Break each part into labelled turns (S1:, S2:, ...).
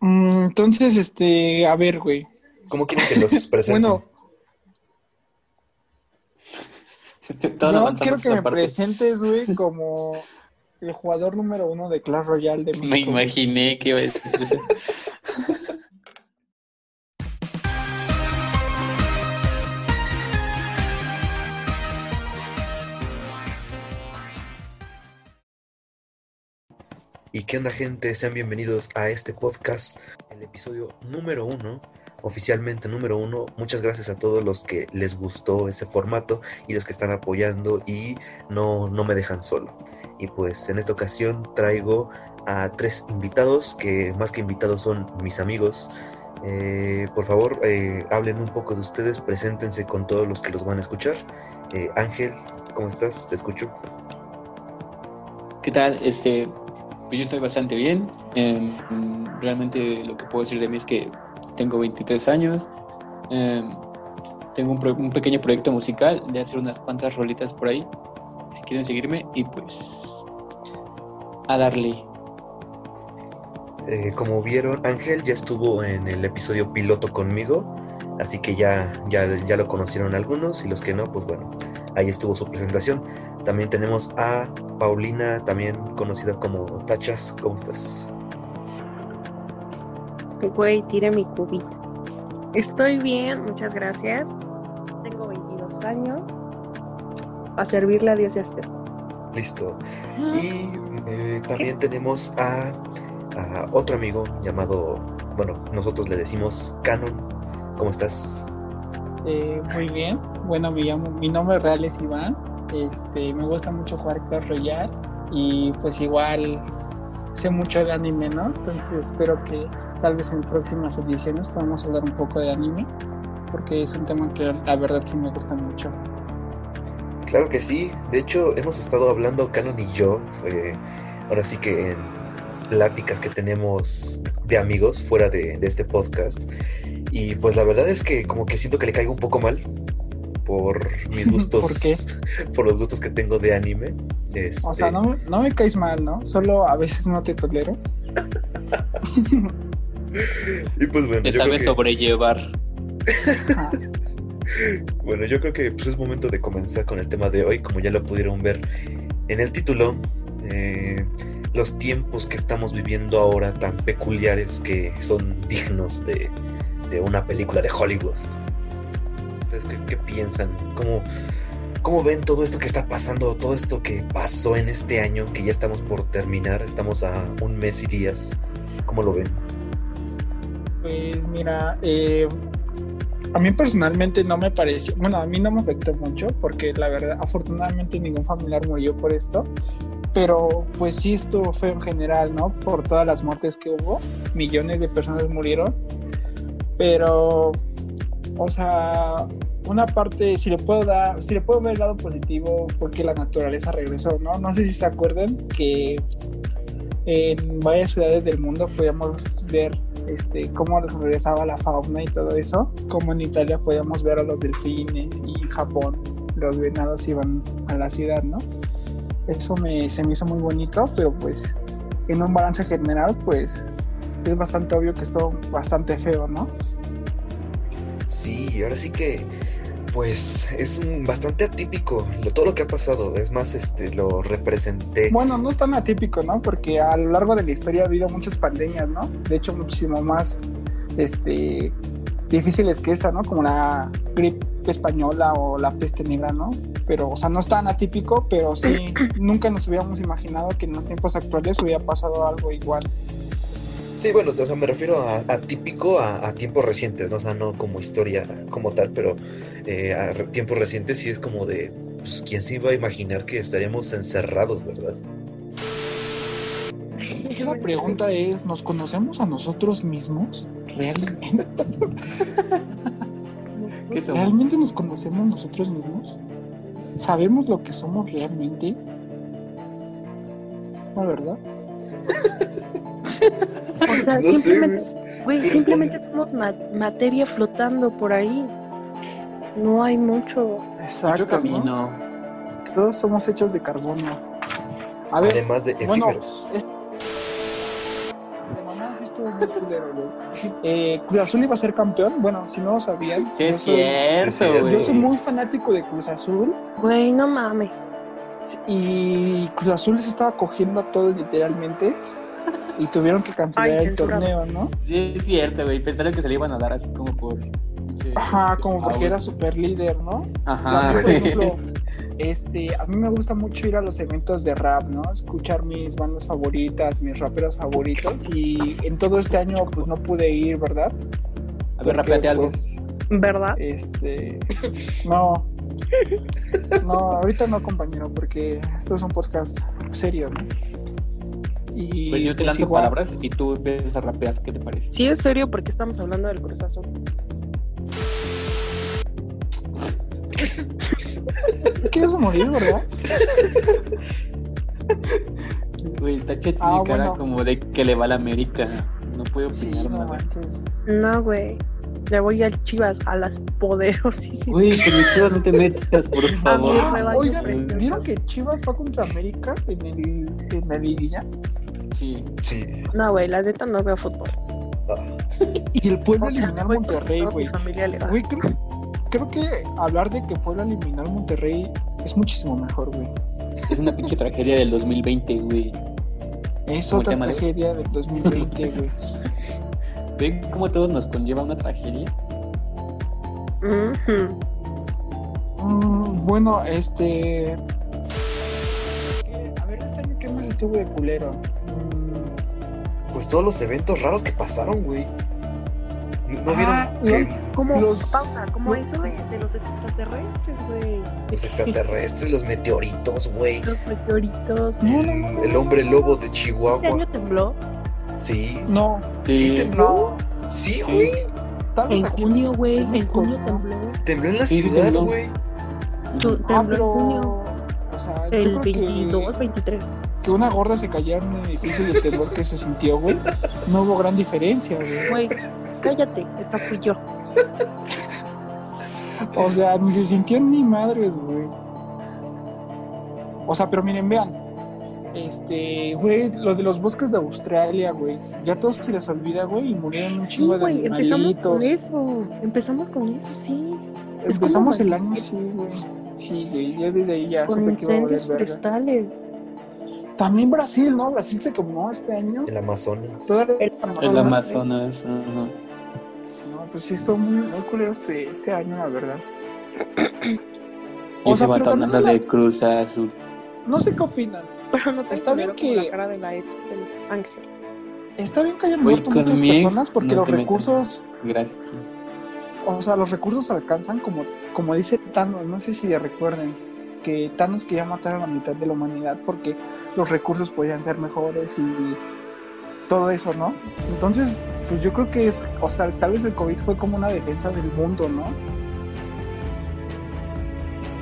S1: Mm, Entonces, este, a ver, güey.
S2: ¿Cómo quieren que los presente?
S1: Bueno,
S3: Todos
S1: yo
S3: avanzamos
S1: quiero que
S3: esta
S1: me
S3: parte.
S1: presentes, güey, como el jugador número uno de Clash Royale de México.
S3: Me imaginé que iba a decir eso.
S2: ¿Y qué onda, gente? Sean bienvenidos a este podcast, el episodio número uno, oficialmente número uno. Muchas gracias a todos los que les gustó ese formato y los que están apoyando y no, no me dejan solo. Y pues en esta ocasión traigo a tres invitados que más que invitados son mis amigos. Eh, por favor, eh, hablen un poco de ustedes, preséntense con todos los que los van a escuchar. Eh, Ángel, ¿cómo estás? Te escucho.
S3: ¿Qué tal? Este, pues yo estoy bastante bien. Em, realmente lo que puedo decir de mí es que tengo 23 años. Em, tengo un, pro- un pequeño proyecto musical de hacer unas cuantas rolitas por ahí. Si quieren seguirme y pues a darle.
S2: Eh, como vieron, Ángel ya estuvo en el episodio piloto conmigo, así que ya, ya, ya lo conocieron algunos y los que no, pues bueno, ahí estuvo su presentación. También tenemos a Paulina, también conocida como Tachas. ¿Cómo estás?
S4: Güey, tira mi cubito. Estoy bien, muchas gracias. Tengo 22 años. A servirle a Dios y a usted.
S2: Listo. Y eh, también tenemos a, a otro amigo llamado, bueno, nosotros le decimos Canon. ¿Cómo estás?
S1: Eh, muy bien. Bueno, mi, llamo- mi nombre real es Iván. Este, me gusta mucho jugar Clash Royale y pues igual sé mucho de anime, ¿no? Entonces espero que tal vez en próximas ediciones podamos hablar un poco de anime porque es un tema que la verdad sí me gusta mucho.
S2: Claro que sí. De hecho, hemos estado hablando Canon y yo. eh, ahora sí que en pláticas que tenemos de amigos fuera de, de este podcast. Y pues la verdad es que como que siento que le caigo un poco mal por mis gustos. por los gustos que tengo de anime.
S1: O
S2: Este,
S1: sea, no, me- no me caes mal, ¿no? Solo a veces no te tolero.
S2: Y pues bueno,
S3: Te
S2: yo creo
S3: sabes
S2: que-
S3: sobrellevar.
S1: Ah,
S2: Bueno, yo creo que pues, es momento de comenzar con el tema de hoy, como ya lo pudieron ver en el título. eh, los tiempos que estamos viviendo ahora tan peculiares que son dignos de, de una película de Hollywood. Entonces, ¿qué, qué piensan? ¿Cómo, ¿Cómo ven todo esto que está pasando? Todo esto que pasó en este año, que ya estamos por terminar, estamos a un mes y días. ¿Cómo lo ven?
S1: Pues mira, eh, a mí personalmente no me pareció, bueno, a mí no me afectó mucho porque la verdad, afortunadamente ningún familiar murió por esto, pero pues sí esto fue en general, ¿no? Por todas las muertes que hubo, millones de personas murieron, pero, o sea, una parte, si le puedo dar, si le puedo ver el lado positivo, porque la naturaleza regresó, ¿no? No sé si se acuerdan que en varias ciudades del mundo podíamos ver este, cómo regresaba la fauna y todo eso, como en Italia podíamos ver a los delfines y en Japón los venados iban a la ciudad, ¿no? Eso me, se me hizo muy bonito, pero pues en un balance general, pues es bastante obvio que estuvo bastante feo, ¿no?
S2: Sí, ahora sí que, pues, es un bastante atípico lo- todo lo que ha pasado. Es más, este, lo representé.
S1: Bueno, no es tan atípico, ¿no? Porque a lo largo de la historia ha habido muchas pandemias, ¿no? De hecho, muchísimo más este, difíciles que esta, ¿no? Como la gripe española o la peste negra, ¿no? Pero, o sea, no es tan atípico, pero sí, nunca nos hubiéramos imaginado que en los tiempos actuales hubiera pasado algo igual.
S2: Sí, bueno, o sea, me refiero a atípico a, a tiempos recientes, ¿no? O sea, no como historia como tal, pero eh, a re- tiempos recientes sí es como de, pues, ¿quién se iba a imaginar que estaríamos encerrados, verdad?
S1: Aquí la pregunta es, ¿nos conocemos a nosotros mismos? ¿Realmente,
S3: ¿Qué somos?
S1: ¿Realmente nos conocemos nosotros mismos? ¿Sabemos lo que somos realmente? La verdad.
S4: O sea,
S2: No sé, güey.
S4: simplemente, güey, simplemente somos ma- materia flotando por ahí. No hay mucho.
S1: Exacto.
S3: Yo camino.
S1: ¿no? Todos somos hechos de carbono. A ver,
S2: Además de
S1: bueno,
S2: efímeros.
S1: de mamá, esto estuvo muy culero, güey. Eh, Cruz Azul iba a ser campeón, bueno, si no lo sabían.
S3: Sí,
S1: yo
S3: es
S1: soy-
S3: cierto, güey.
S1: Yo soy muy fanático de Cruz Azul
S4: Güey, no mames.
S1: y Cruz Azul se estaba cogiendo a todos literalmente y tuvieron que cancelar
S4: Ay,
S1: el
S4: censurado.
S1: torneo, ¿no?
S3: Sí, es cierto, güey. Pensaron que se le iban a dar así como por. pinche-
S1: Ajá, como porque
S3: Ah,
S1: era super líder, ¿no?
S3: Ajá,
S1: También, por
S2: güey.
S1: ejemplo, este, a mí me gusta mucho ir a los eventos de rap, ¿no? Escuchar mis bandas favoritas, mis raperos favoritos. Y en todo este año, pues no pude ir, ¿verdad?
S3: A ver,
S1: Porque,
S3: rapeate algo.
S1: pues,
S4: ¿Verdad?
S1: este. No. No, ahorita no, compañero, porque esto es un podcast serio, ¿no? Y.
S3: Pues yo te
S1: pues,
S3: lanzo
S1: igual-
S3: palabras y tú empiezas a rapear. ¿Qué te parece?
S4: Sí, es serio porque estamos hablando del Cruz Azul.
S1: ¿Te quieres morir, verdad?
S3: Güey, Tache tiene
S1: Ah,
S3: cara
S1: bueno.
S3: como de que le va a la América. No puedo
S1: Sí,
S3: opinar
S1: no
S3: nada.
S1: manches.
S4: No, güey. Le voy al Chivas, a las poderosísimas.
S3: Güey, pero Chivas no te metas, por favor.
S4: Ah, rebaño
S1: Oigan,
S4: precioso.
S1: ¿vieron que Chivas va contra América en, el, en la liguilla?
S3: Sí.
S2: Sí.
S4: No, güey, la neta no veo fútbol.
S2: Ah,
S1: Y el pueblo
S4: O sea,
S1: eliminar
S4: voy
S1: Monterrey,
S4: porque toda
S1: güey.
S4: Mi familia le va.
S1: Güey, creo, creo que hablar de que Puebla eliminar Monterrey es muchísimo mejor, güey.
S3: Es una pinche tragedia del 2020, güey.
S1: Es
S3: Como el
S1: otra
S3: tema de hoy.
S1: tragedia del 2020, güey.
S3: ¿Ven cómo todos nos conlleva una tragedia?
S4: Ujú.
S1: Mm, bueno, este. ¿qué? A ver, este año, ¿qué más estuvo de culero? Mm,
S2: Pues todos los eventos raros que pasaron, güey. ¿No, no
S1: Ah,
S2: vieron que
S1: no.
S4: Como
S1: Los-
S4: pausa, como
S1: los-
S4: eso de, de los extraterrestres, güey.
S2: los extraterrestres, los meteoritos, güey?
S4: Los meteoritos.
S1: No, no, no,
S2: El,
S1: no,
S2: el hombre
S1: no,
S2: lobo de
S4: Este
S2: Chihuahua.
S4: año tembló.
S2: Sí.
S1: No,
S2: Sí, te-
S1: no.
S2: Sí, güey.
S1: Tal vez
S4: En
S1: aquí.
S4: junio, güey.
S1: en
S4: En junio
S1: junio.
S4: tembló.
S2: Tembló en la
S3: Sí,
S2: ciudad,
S3: tembló.
S2: güey.
S4: Tu-
S3: Ujú.
S1: Ah,
S4: tembló en
S1: pero.
S4: junio.
S1: O sea,
S4: El
S1: yo creo que-
S4: 22, 23.
S1: que una gorda se cayera en un edificio y el temor que se sintió, güey, no hubo gran diferencia, güey.
S4: Güey, cállate, esa fui yo.
S1: O sea, ni se sintió ni madres, güey. O sea, pero miren, vean. Este, güey, lo de los bosques de Australia, güey. Ya todos se les olvida, güey, y murieron un
S4: Sí,
S1: chingo de
S4: güey, empezamos con
S1: animalitos.
S4: eso. Empezamos con eso, sí. es como
S1: Empezamos el año,
S4: amanecer.
S1: sí, güey. Sí, güey, yo desde ahí ya
S4: Con
S1: supe que iba a valer
S4: incendios pues.
S1: verga.
S4: forestales.
S1: También Brasil, ¿no? Brasil se quemó este año.
S2: El Amazonas.
S1: Toda la-
S3: El
S4: El Amazonas.
S3: Amazonas. ajá.
S1: No, pues sí, estuvo muy, muy culero este, este año, la verdad.
S3: Y
S1: O
S3: se
S1: sea,
S3: va
S1: pero también
S3: hablando
S1: la-
S3: de Cruz Azul.
S1: No sé qué opinan.
S4: Pero no te
S1: Está bien
S4: culero como
S1: que-
S4: la cara de la ex del ángel.
S1: Está bien que hayan
S3: Güey,
S1: muerto
S3: con
S1: muchas
S3: mi ex
S1: personas porque
S3: no
S1: los
S3: te metas.
S1: recursos,
S3: Gracias.
S1: o sea, los recursos alcanzan como, como dice Thanos, no sé si recuerden que Thanos quería matar a la mitad de la humanidad porque los recursos podían ser mejores y todo eso, ¿no? Entonces, pues yo creo que es, o sea, tal vez el COVID fue como una defensa del mundo, ¿no?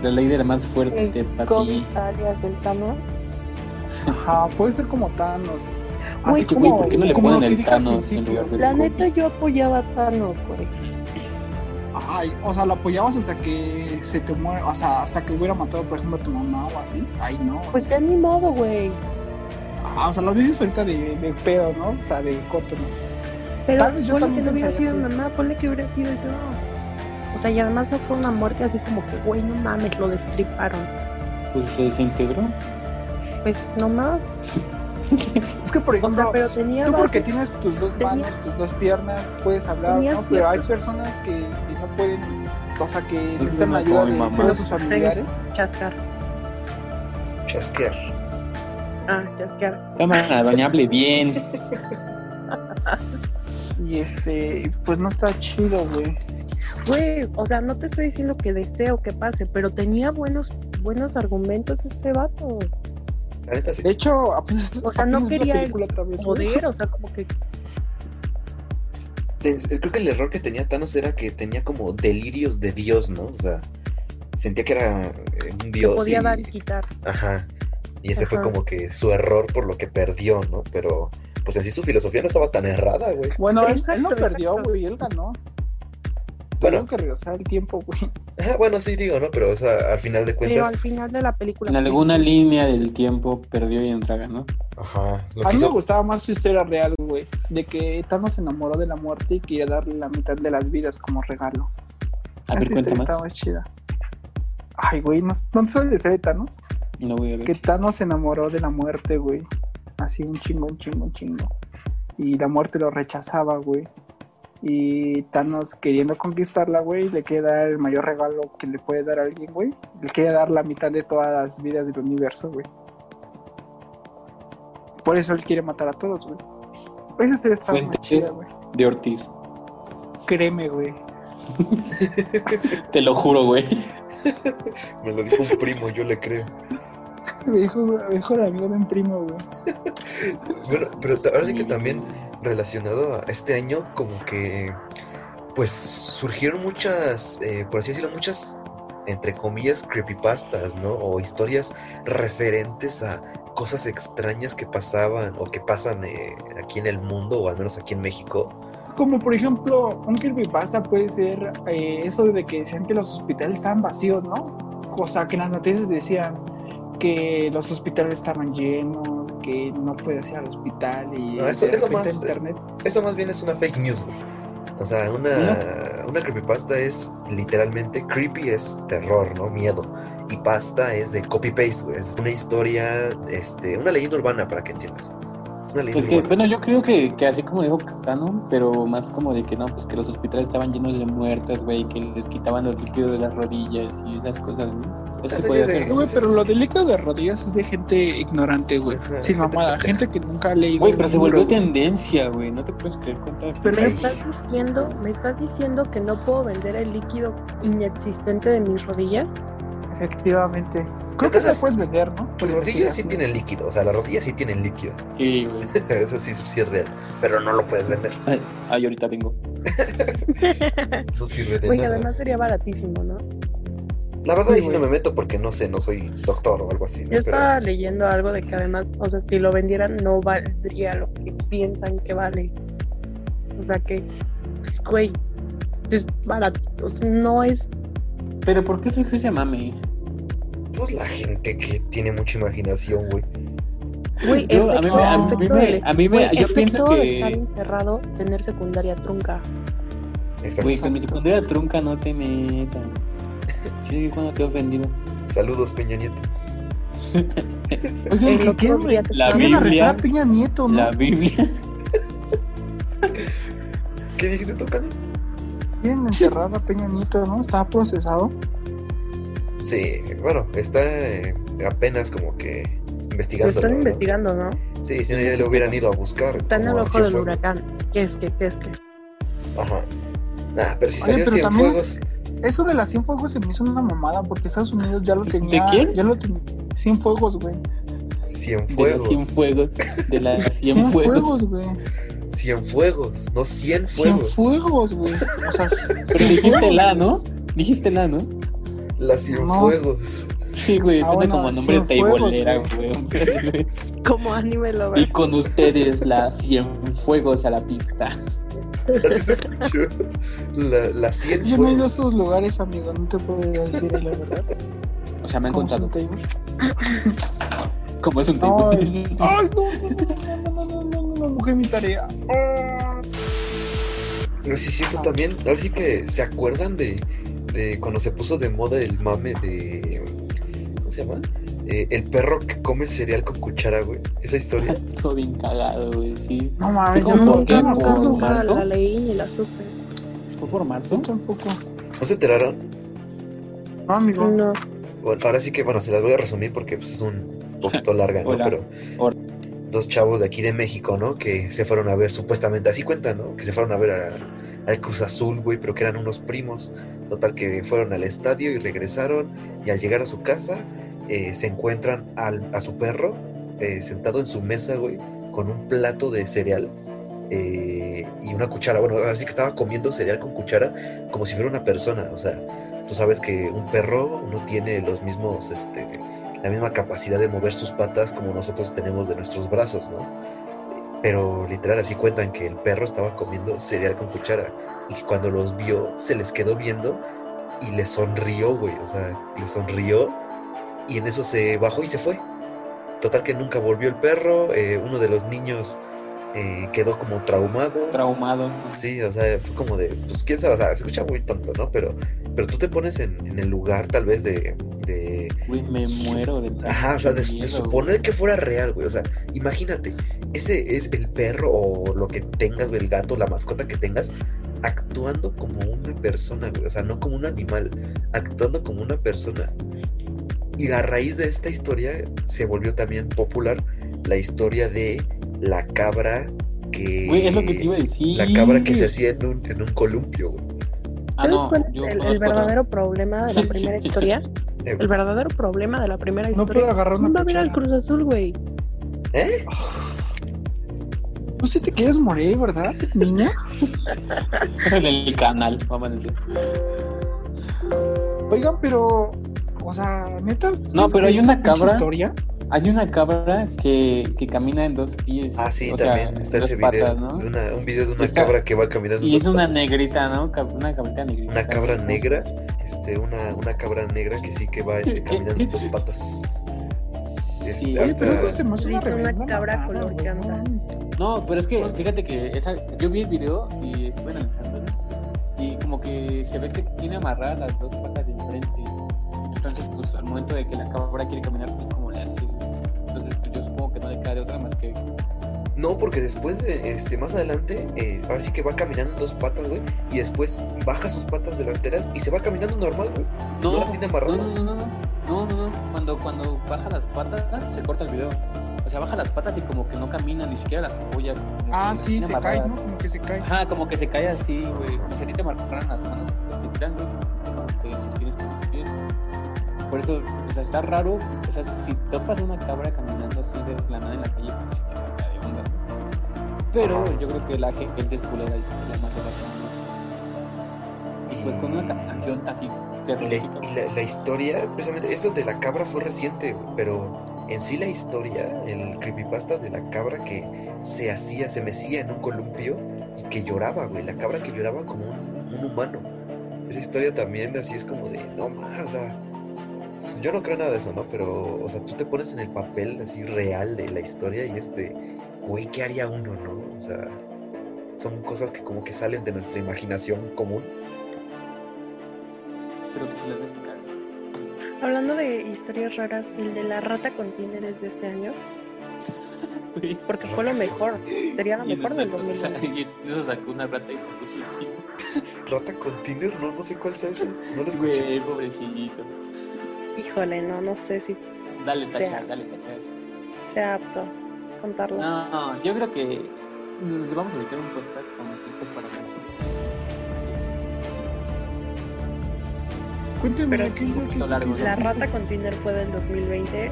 S3: La ley de la más fuerte, papi.
S4: COVID alias el Thanos.
S1: Ajá, puede ser como Thanos.
S4: Güey,
S1: Así
S3: que, güey,
S1: como-
S3: ¿por qué no le
S1: como
S3: ponen
S1: lo que
S3: el
S1: dije al
S3: Thanos en
S1: principio.
S3: lugar del
S4: La
S3: COVID?
S4: neta, yo apoyaba a Thanos, güey.
S1: Ay, o sea, lo apoyabas hasta que se te muere, o sea, hasta que hubiera matado, por ejemplo, a tu mamá o así. Ay, no. o
S4: Pues ya ni modo, güey.
S1: Ah, o sea, lo dices ahorita de, de pedo, ¿no? O sea, de coto, ¿no?
S4: Pero
S1: Tal vez yo
S4: ponle que
S1: también
S4: no hubiera
S1: pensaría
S4: sido
S1: así.
S4: mamá, ponle que hubiera sido yo. O sea, y además no fue una muerte así como que, güey, no mames, lo destriparon.
S3: Pues se desintegró.
S4: Pues no más.
S1: Es que, por
S4: O sea,
S1: ejemplo,
S4: pero tenía
S1: tú porque
S4: base.
S1: tienes tus dos
S4: tenía-
S1: manos, tus dos piernas, puedes hablar,
S4: tenía
S1: ¿no? Pero hay
S4: ciertos-
S1: personas que, que no pueden, o sea, que necesitan
S3: como
S1: la ayuda
S3: mi
S1: de
S3: mamá.
S1: todos sus familiares.
S4: Chascar.
S2: Chasquear.
S4: Ah, chascar.
S3: Cámara, doña, hable bien.
S1: Y este, pues no está chido, güey.
S4: Güey, o sea, no te estoy diciendo que deseo que pase, pero tenía buenos buenos argumentos este vato.
S2: La neta sí.
S1: De hecho, apenas,
S4: O sea, no
S1: apenas vi la
S4: quería el
S1: película otra vez. güey.
S4: Joder, o sea, como que
S2: Te- Creo que el error que tenía Thanos era que tenía como delirios de Dios, ¿no? O sea, sentía que era eh, un
S4: se
S2: Dios.
S4: podía
S2: y-
S4: dar y quitar.
S2: Ajá. Y ese fue
S4: Ajá.
S2: como que su error por lo que perdió, ¿no? Pero, pues en sí su filosofía no estaba tan errada, güey.
S1: Bueno, él, él no
S4: Exacto,
S1: perdió,
S4: exacto.
S1: güey, él ganó.
S2: Bueno.
S1: Tuvieron que regresar el tiempo, güey.
S2: Ajá, bueno, sí digo, ¿no? Pero, o sea, al final de
S4: Pero
S2: cuentas,
S4: al final de la película.
S3: En alguna línea del tiempo perdió y entra, ¿no?
S2: ajá. Lo
S1: A mí
S2: que
S1: me
S2: hizo,
S1: Ah, gustaba más su historia real, güey. güey, de que Thanos se enamoró de la muerte y quería darle la mitad de las vidas como regalo.
S3: A ver,
S1: Esa
S3: cuenta
S1: historia
S3: más.
S1: Estaba chida. Ay, güey, ¿no, no sabes la historia de Thanos?
S3: No voy a
S1: Que
S3: ver.
S1: Thanos se enamoró de la muerte, güey. Así un chingo, un chingo, un chingo. Y la muerte lo rechazaba, güey. Y Thanos queriendo conquistarla, güey, le quiere dar el mayor regalo que le puede dar a alguien, güey. Le quiere dar la mitad de todas las vidas del universo, güey. Por eso él quiere matar a todos, güey. Esa historia está muy
S3: Fuentes.
S1: chida, güey.
S3: De Ortiz.
S1: Créeme, güey.
S3: Te lo juro, güey.
S2: Me lo dijo un primo, yo le creo.
S1: Me dijo, me dijo el amigo de un primo, güey.
S2: Bueno, pero ta- ahora sí que también relacionado a este año, como que pues surgieron muchas, eh, por así decirlo, muchas, entre comillas, creepypastas, ¿no? O historias referentes a cosas extrañas que pasaban o que pasan eh, aquí en el mundo, o al menos aquí en México.
S1: Como por ejemplo, un creepypasta puede ser eh, eso de que decían que los hospitales estaban vacíos, ¿no? O sea, que en las noticias decían que los hospitales estaban llenos, que no podías ir al hospital y
S2: No, eso-
S1: de
S2: eso
S1: repente
S2: más,
S1: internet.
S2: Eso más bien es una fake news, güey. O sea, una, una creepypasta es literalmente creepy, es terror, ¿no? Miedo. Y pasta es de copy-paste, güey. Es una historia, este, una leyenda urbana, para que entiendas. Es una leyenda
S3: Es Pues que,
S2: urbana.
S3: bueno, yo creo que, que así como dijo Canon, pero más como de que no, pues que los hospitales estaban llenos de muertas, güey, que les quitaban los líquidos de las rodillas y esas cosas, güey. Eso
S2: Esa
S3: se puede
S2: serie de-
S3: hacer, ¿no?
S1: Güey, pero lo del líquido de rodillas es de gente ignorante, güey.
S2: Ajá,
S1: Sin
S2: gente
S1: mamada,
S2: pendeja.
S1: gente que nunca ha leído.
S3: Güey, pero
S1: un
S3: se
S1: libro,
S3: volvió
S1: güey.
S3: tendencia, güey. No te puedes creer cuánta.
S1: Pero
S4: Me
S1: es-
S4: estás diciendo, me estás diciendo que no puedo vender el líquido inexistente de mis rodillas.
S1: efectivamente. Creo que se
S2: Entonces,
S1: puedes vender, ¿no?
S2: Tus rodillas sí tienen líquido, o sea, las rodillas sí tienen líquido.
S3: Sí, güey.
S2: Eso sí, sí es real. Pero no lo puedes vender.
S3: Ay, ay, ahorita vengo.
S2: No sirve de
S4: Güey,
S2: nada.
S4: además sería baratísimo, ¿no?
S2: La verdad,
S1: Sí,
S2: ahí sí no
S1: güey.
S2: me meto porque no sé, no soy doctor o algo así. ¿no?
S4: Yo
S2: Pero-
S4: estaba leyendo algo de que además, o sea, si lo vendieran no valdría lo que piensan que vale. O sea que, pues, güey, es barato, o sea, no es...
S3: Pero ¿por qué surgió ese mame?
S2: Pues la gente que tiene mucha imaginación, güey.
S4: Güey,
S3: Yo-
S4: el
S3: a mí
S4: efecto-
S3: me- a
S4: el
S3: mí
S4: efecto
S3: me-
S4: del-
S3: a mí me-
S4: güey,
S3: yo
S4: el
S3: pienso
S4: efecto de
S3: que-
S4: estar encerrado, tener secundaria trunca.
S2: Exacto.
S3: Güey, con mi secundaria trunca no te metas. Sí, cuando te he ofendido.
S2: Saludos, Peña Nieto.
S1: Oigan,
S4: El
S1: que
S4: otro
S1: quieren,
S4: día te
S3: La
S4: estaba-
S1: quieren arrestar a
S3: Biblia.
S1: Peña Nieto, ¿no?
S3: La Biblia.
S2: ¿Qué dijiste tú, Cano?
S1: Quieren encerrar a Peña Nieto, ¿no? Estaba procesado.
S2: Sí, bueno, está eh, apenas como que
S4: Lo
S2: investigando.
S4: están investigando, ¿no?
S2: Sí, si no, ya lo hubieran ido a buscar.
S4: Están
S2: como a
S4: abajo del
S2: Cienfuegos.
S4: huracán. ¿Qué es que? ¿Qué es que?
S2: Ajá. Nah, pero si
S1: Oye,
S2: salió
S1: pero también
S2: Cienfuegos,
S1: Eso de las Cienfuegos se me hizo una mamada porque Estados Unidos ya lo tenía.
S3: quién?
S1: Ya lo tenía. Cienfuegos, güey.
S3: De los cien
S2: Cienfuegos.
S3: fuegos. De las cien fuegos.
S1: Cienfuegos, güey.
S2: Cienfuegos, no Cienfuegos.
S1: Cienfuegos, güey. O sea,
S3: Pero dijiste
S1: Cienfuegos.
S3: la, ¿no? Dijiste la, ¿no?
S2: La Cienfuegos.
S3: Sí, güey,
S1: Ah,
S3: suena
S1: bueno,
S3: como nombre de
S1: Cienfuegos,
S3: teibolera,
S1: güey.
S3: güey.
S4: Como anime
S3: Y
S4: lover.
S3: con ustedes la Cienfuegos a la pista.
S2: Así se escuchó. La, la
S1: Yo no he ido a
S2: Cienfuegos.
S1: esos lugares, amigo. No te puedo decir la verdad.
S3: O sea, me han
S1: Como
S3: contado.
S1: Centeibus.
S3: ¿Cómo es un
S1: No,
S3: table?
S1: es- Ay, no, no, no, no, no, no, no, no, no, mojé mi tarea.
S2: No, sí, es cierto también. Ahora sí que se acuerdan de, de cuando se puso de moda el mame de. ¿Cómo se llama? Eh, el perro que come cereal con cuchara, güey. Esa historia.
S3: Todo bien cagado, güey, sí.
S1: No mames,
S3: Fue
S1: yo
S3: como
S1: no,
S3: por
S1: yo no me
S3: tiempo,
S1: acuerdo.
S3: ¿no?
S4: nunca
S3: marzo.
S4: la leí ni la supe.
S3: ¿Fue por marzo?
S1: Yo tampoco.
S2: ¿No se enteraron?
S1: No, amigo.
S4: No.
S2: Bueno, ahora sí que, bueno, se las voy a resumir porque pues, es un poquito larga, ¿no?
S3: Hola.
S2: Pero
S3: Hola.
S2: dos chavos de aquí de México, ¿no? Que se fueron a ver, supuestamente, así cuentan, ¿no? Que se fueron a ver a- al Cruz Azul, güey, pero que eran unos primos. Total, que fueron al estadio y regresaron. Y al llegar a su casa, eh, se encuentran al- a su perro eh, sentado en su mesa, güey, con un plato de cereal. eh, y una cuchara, bueno, así que estaba comiendo cereal con cuchara como si fuera una persona, o sea, tú sabes que un perro no tiene los mismos, este, la misma capacidad de mover sus patas como nosotros tenemos de nuestros brazos, ¿no? Pero literal así cuentan que el perro estaba comiendo cereal con cuchara y que cuando los vio se les quedó viendo y le sonrió, güey, o sea, le sonrió y en eso se bajó y se fue. Total que nunca volvió el perro, eh, uno de los niños eh, quedó como traumado.
S3: traumado.
S2: Sí, o sea, fue como de, pues quién sabe, o sea, se escucha muy tonto, ¿no? Pero, pero tú te pones en, en el lugar tal vez de, de-
S3: Güey, me
S2: Su-
S3: muero del
S2: Ajá, o sea, de, de
S3: miedo,
S2: suponer que fuera real, güey. O sea, imagínate, ese es el perro o lo que tengas, güey, el gato, la mascota que tengas, actuando como una persona, güey. O sea, no como un animal, actuando como una persona. Y a raíz de esta historia se volvió también popular la historia de la cabra que...
S3: güey. Güey, es lo que te iba a decir.
S2: La cabra que se hacía en un, en un columpio, güey.
S3: Ah, no,
S4: ¿Sabes cuál es
S3: yo
S4: el, el
S3: conozco otra.
S4: verdadero problema de la primera historia?
S2: Eh,
S4: El verdadero problema de la primera
S1: No puedo
S4: historia.
S1: agarrar
S4: No
S1: una
S4: va a ver al
S1: cuchara.
S4: Cruz Azul, güey.
S2: ¿Eh?
S1: Tú sí te quieres morir, ¿verdad, niña?
S3: del canal, vamos a decir.
S1: Oigan, pero... O sea, neta...
S3: No, pero hay una
S1: ¿Pinche
S3: cabra.
S1: historia?
S3: Hay una cabra que, que camina en dos pies.
S2: Ah, sí,
S3: o sea,
S2: también. Está
S3: en
S2: ese
S3: dos
S2: video.
S3: patas, ¿no?
S2: de una- un video de una
S3: Está-
S2: cabra que va caminando. en
S3: Y es
S2: dos
S3: una
S2: patas.
S3: negrita, ¿no? Cab- Una cabrita negrita.
S2: Una cabra negra. Este, una, una cabra negra que sí que va este, caminando en dos patas.
S3: Sí.
S2: Este,
S1: Oye, pero
S2: hasta-
S1: eso se me hace una
S4: Es una
S1: reverenda
S4: cabra
S1: mamada,
S4: color
S1: güey,
S4: chanta.
S1: no mames.
S3: No, pero es que fíjate que esa, yo vi el video y estuve analizándolo. Y como que se ve que tiene amarradas las dos patas de enfrente. Entonces, pues al momento de que la cabra quiere caminar, pues como le hace. Entonces, pues, yo supongo que no le queda de otra más que.
S2: No, porque después, de, este, más adelante, eh, ahora sí que va caminando en dos patas, güey. Y después baja sus patas delanteras y se va caminando normal, güey.
S3: No,
S2: las tiene
S3: no,
S2: amarradas?
S3: no, no, no. No, no, no. Cuando, cuando baja las patas, se corta el video. O sea, baja las patas y como que no camina, ni siquiera las apoya. como que
S1: Ah,
S3: las
S1: sí,
S3: tiene
S1: se cae,
S3: amarradas.
S1: ¿no? Como que se cae.
S3: Ajá, como que se cae así, güey. Como si a ti te marcaran las manos, te- te tiran, güey, pues, te sostienes con tus pies. Por eso, o sea, está raro. O sea, si topas a una cabra caminando así de la nada en la calle, pues sí te saca de onda. Pero
S2: Ajá.
S3: yo creo que la gente es culera y se la mata bastante. Y pues con una ca- canción así
S2: Y, la,
S3: terrorífica.
S2: y la- la historia, precisamente, eso de la cabra fue reciente, güey, pero en sí la historia, el creepypasta de la cabra que se hacía, se mecía en un columpio y que lloraba, güey, la cabra que lloraba como un, un humano. Esa historia también así es como de, no más, o sea, pues, yo no creo nada de eso, ¿no? Pero, o sea, tú te pones en el papel así real de la historia y este, güey, ¿qué haría uno, no? O sea, son cosas que como que salen de nuestra imaginación común.
S3: Pero que si las ves te cagas.
S4: Hablando de historias raras, el de la rata con Tinder es de este año,
S3: güey.
S4: porque fue lo mejor. Sería lo
S3: Y en
S4: mejor
S3: eso
S4: del
S3: sacó-
S4: 2020.
S3: Y en eso sacó una rata y se puso aquí.
S2: Rata con Tinder, no, no sé cuál sea ese. No lo escuché.
S3: Güey, pobrecillito.
S4: Híjole, no, no sé si
S3: Dale
S4: sea.
S3: tachas, dale tachas.
S4: sea apto contarlo.
S3: No, no, yo creo que nos vamos a dedicar un podcast con equipo para canciones.
S1: Cuéntame,
S4: Pero
S1: ¿qué
S3: un
S1: hizo? ¿Qué
S3: poquito
S1: hizo?
S3: largo,
S1: ¿Qué hizo?
S4: La
S1: ¿Qué hizo?
S4: rata con Tinder fue del 2020.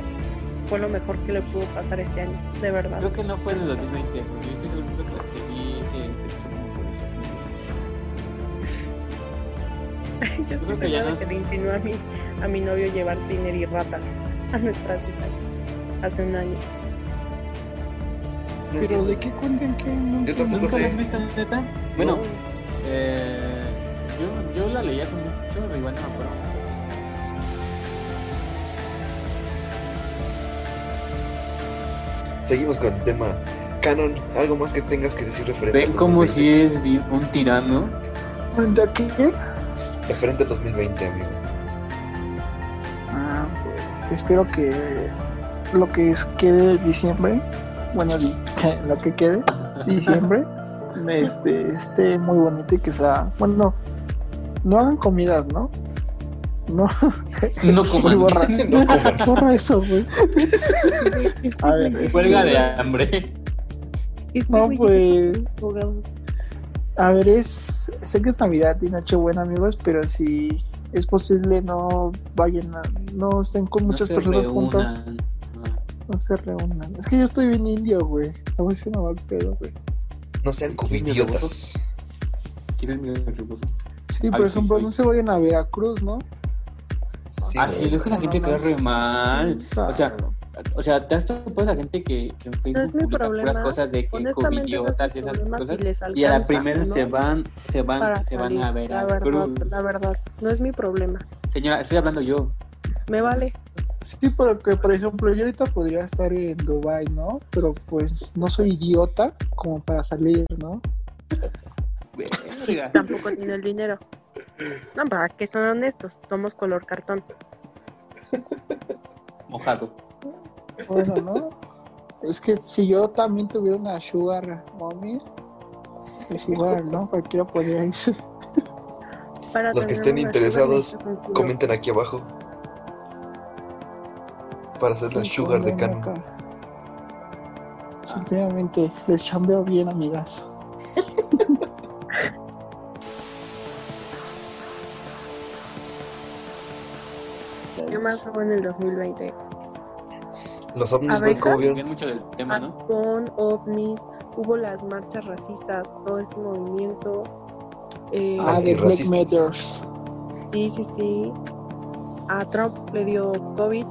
S4: Fue lo mejor que le pudo pasar este año, de verdad.
S3: Creo que no fue en el 2020, porque yo estoy seguro que la que vi ese texto como por el 2010.
S4: Yo
S3: creo
S4: estoy
S3: que ya
S4: segura de
S3: nos-
S4: que le insinuó a mi, a mi novio llevar Tinder y ratas a nuestra cita hace un año.
S2: No
S1: ¿Pero
S2: entiendo.
S1: de qué cuentan? ¿Qué? No
S2: Yo
S1: entiendo.
S2: tampoco
S3: ¿Nunca
S2: sé.
S3: la has visto, neta?
S2: No,
S3: Bueno, eh, yo, yo la leí hace mucho, pero igual no me acuerdo mucho.
S2: Seguimos con el tema. Canon, algo más que tengas que decir referente
S3: ¿Ven
S2: al
S3: como
S2: 2020?
S3: si es un tirano?
S1: ¿De qué?
S2: Referente al 2020, amigo.
S1: Ah, pues espero que lo que es- quede de diciembre, bueno, di- lo que quede de diciembre, este, esté muy bonito y que sea, bueno, no hagan comidas, ¿no? No,
S3: No
S1: Uy,
S3: coman.
S1: borra,
S2: No coman.
S1: borra eso, güey. A ver, este,
S3: Huelga de hambre.
S4: Este
S1: no,
S4: güey
S1: pues,
S4: es abogado.
S1: a ver, es, sé que es Navidad y Nochebuena, amigos, pero si es posible no vayan a, no estén con muchas
S3: No se
S1: personas
S3: reúnan.
S1: juntas.
S3: Ajá.
S1: No se reúnan. Es que yo estoy bien indio, güey. No voy a me va el pedo, güey.
S2: No sean como
S3: Sí, mi
S2: idiotas.
S3: ¿Quieres mirar el reposo?
S1: Sí, por
S3: Ay, sí,
S1: ejemplo,
S3: soy.
S1: no se vayan a Veracruz, ¿no?
S2: Sí,
S3: Ah,
S2: güey.
S3: sí, luego esa gente queda re mal.
S1: Sí, está-
S3: O sea, O sea, ¿te has topado a gente que, que en Facebook
S4: mi
S3: publica puras
S4: problema.
S3: cosas de que
S4: Honestamente,
S3: covidiotas y
S4: no es
S3: esas
S4: mi problema
S3: cosas?
S4: si les
S3: Y a la
S4: alcanza,
S3: primera
S4: ¿no?
S3: se van, se
S4: Para
S3: van, se van
S4: salir,
S3: a
S4: La
S3: Veracruz.
S4: verdad, la verdad, no es mi problema.
S3: Señora, estoy hablando yo.
S4: Me vale.
S1: Sí, porque por ejemplo yo ahorita podría estar en Dubai, ¿no? Pero pues no soy idiota como para salir, ¿no?
S3: Verga.
S4: Tampoco tiene el dinero. No, para que son honestos, somos color cartón.
S3: Mojado.
S1: Bueno, ¿no? Es que si yo también tuviera una sugar mommy, es igual, ¿no? Cualquiera podría irse.
S4: Para
S2: Los que
S4: tener
S2: estén
S4: una este
S2: interesados,
S4: sugar necesitas un culo.
S2: Comenten aquí abajo. Para hacer la sugar de
S1: Cano.
S2: Canon.
S1: Efectivamente, les chambeo bien, amigas.
S4: ¿Qué más hubo en el 2020?
S2: Los ovnis,
S4: Abeja.
S2: ¿no? ¿Cómo
S3: Bien
S2: vieron?
S3: mucho del tema, Ah, ¿no?
S4: Japón, ovnis, hubo las marchas racistas, todo este movimiento. Eh,
S1: Ah, de Black
S2: Antirracistas.
S1: Matters.
S4: sí, sí, sí. A Trump le dio COVID.